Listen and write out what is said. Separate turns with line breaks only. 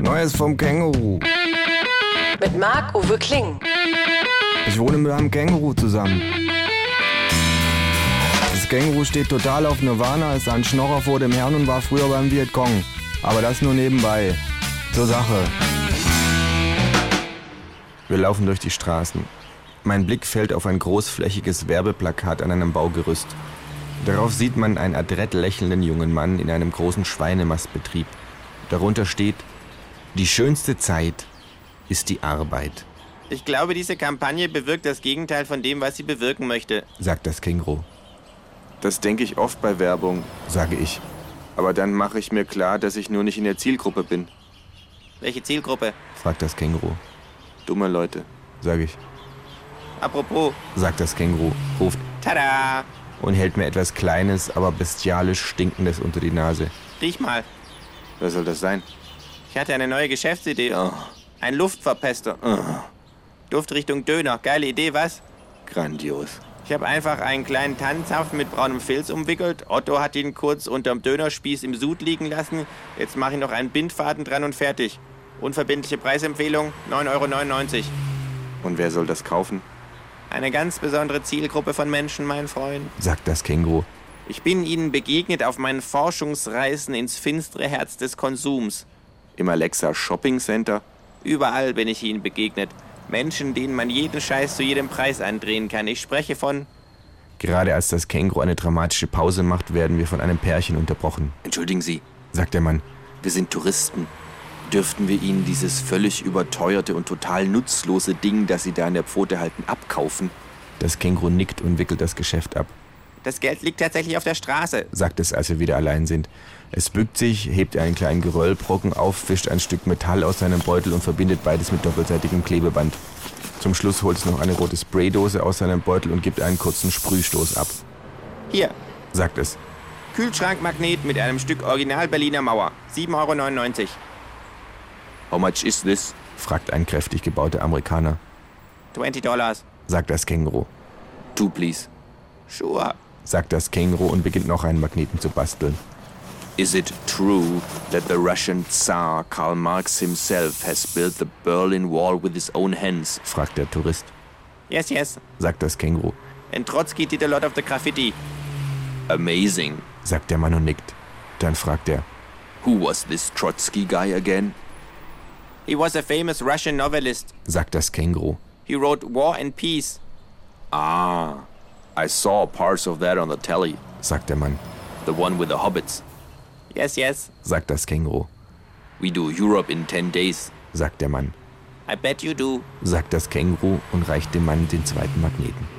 Neues vom Känguru.
Mit Marc-Uwe Kling.
Ich wohne mit einem Känguru zusammen. Das Känguru steht total auf Nirvana, ist ein Schnorrer vor dem Herrn und war früher beim Vietcong. Aber das nur nebenbei. Zur Sache. Wir laufen durch die Straßen. Mein Blick fällt auf ein großflächiges Werbeplakat an einem Baugerüst. Darauf sieht man einen adrett lächelnden jungen Mann in einem großen Schweinemastbetrieb. Darunter steht, die schönste Zeit ist die Arbeit,
Ich glaube, diese Kampagne bewirkt das Gegenteil von dem, was sie bewirken möchte.
sagt das Känguru,
Das denke ich oft bei Werbung.
sage ich.
Aber dann mache ich mir klar, dass ich nur nicht in der Zielgruppe bin.
Welche Zielgruppe?
fragt das Känguru,
Dumme Leute.
sage ich,
Apropos,
sagt das Känguru, ruft
tada!
und hält mir etwas Kleines, aber bestialisch Stinkendes unter die Nase.
Riech mal,
Wer soll das sein?
ich hatte eine neue Geschäftsidee. Ein Luftverpester. Duftrichtung Döner, geile Idee, was?
Grandios.
Ich habe einfach einen kleinen Tannenzapfen mit braunem Filz umwickelt. Otto hat ihn kurz unterm Dönerspieß im Sud liegen lassen. Jetzt mache ich noch einen Bindfaden dran und fertig. Unverbindliche Preisempfehlung 9,99 Euro.
Und wer soll das kaufen?
Eine ganz besondere Zielgruppe von Menschen, mein Freund.
sagt das Känguru,
Ich bin Ihnen begegnet auf meinen Forschungsreisen ins finstere Herz des Konsums.
Im Alexa Shopping Center?
Überall bin ich Ihnen begegnet. Menschen, denen man jeden Scheiß zu jedem Preis andrehen kann. Ich spreche von...
Gerade als das Känguru eine dramatische Pause macht, werden wir von einem Pärchen unterbrochen,
Entschuldigen Sie,
sagt der Mann.
wir sind Touristen. Dürften wir Ihnen dieses völlig überteuerte und total nutzlose Ding, das Sie da in der Pfote halten, abkaufen?
Das Känguru nickt und wickelt das Geschäft ab,
Das Geld liegt tatsächlich auf der Straße.
sagt es, als wir wieder allein sind. Es bückt sich, hebt einen kleinen Geröllbrocken auf, fischt ein Stück Metall aus seinem Beutel und verbindet beides mit doppelseitigem Klebeband. Zum Schluss holt es noch eine rote Spraydose aus seinem Beutel und gibt einen kurzen Sprühstoß ab,
Hier,
sagt es,
Kühlschrankmagnet mit einem Stück Original Berliner Mauer. 7,99 Euro.
How much is this?
fragt ein kräftig gebauter Amerikaner,
20 Dollars.
sagt das Känguru,
Two please.
Sure.
sagt das Känguru und beginnt noch einen Magneten zu basteln.
Is it true that the Russian Tsar Karl Marx himself has built the Berlin Wall with his own hands?
fragt der Tourist,
Yes, yes.
sagt das Känguru,
And Trotsky did a lot of the graffiti.
Amazing.
sagt der Mann und nickt. Dann fragt er,
Who was this Trotsky guy again?
He was a famous Russian novelist.
sagt das Känguru,
He wrote War and Peace.
Ah, I saw parts of that on the telly.
sagt der Mann,
The one with the hobbits.
Yes, yes.
sagt das Känguru,
We do Europe in 10 days.
sagt der Mann,
I bet you do.
sagt das Känguru und reicht dem Mann den zweiten Magneten.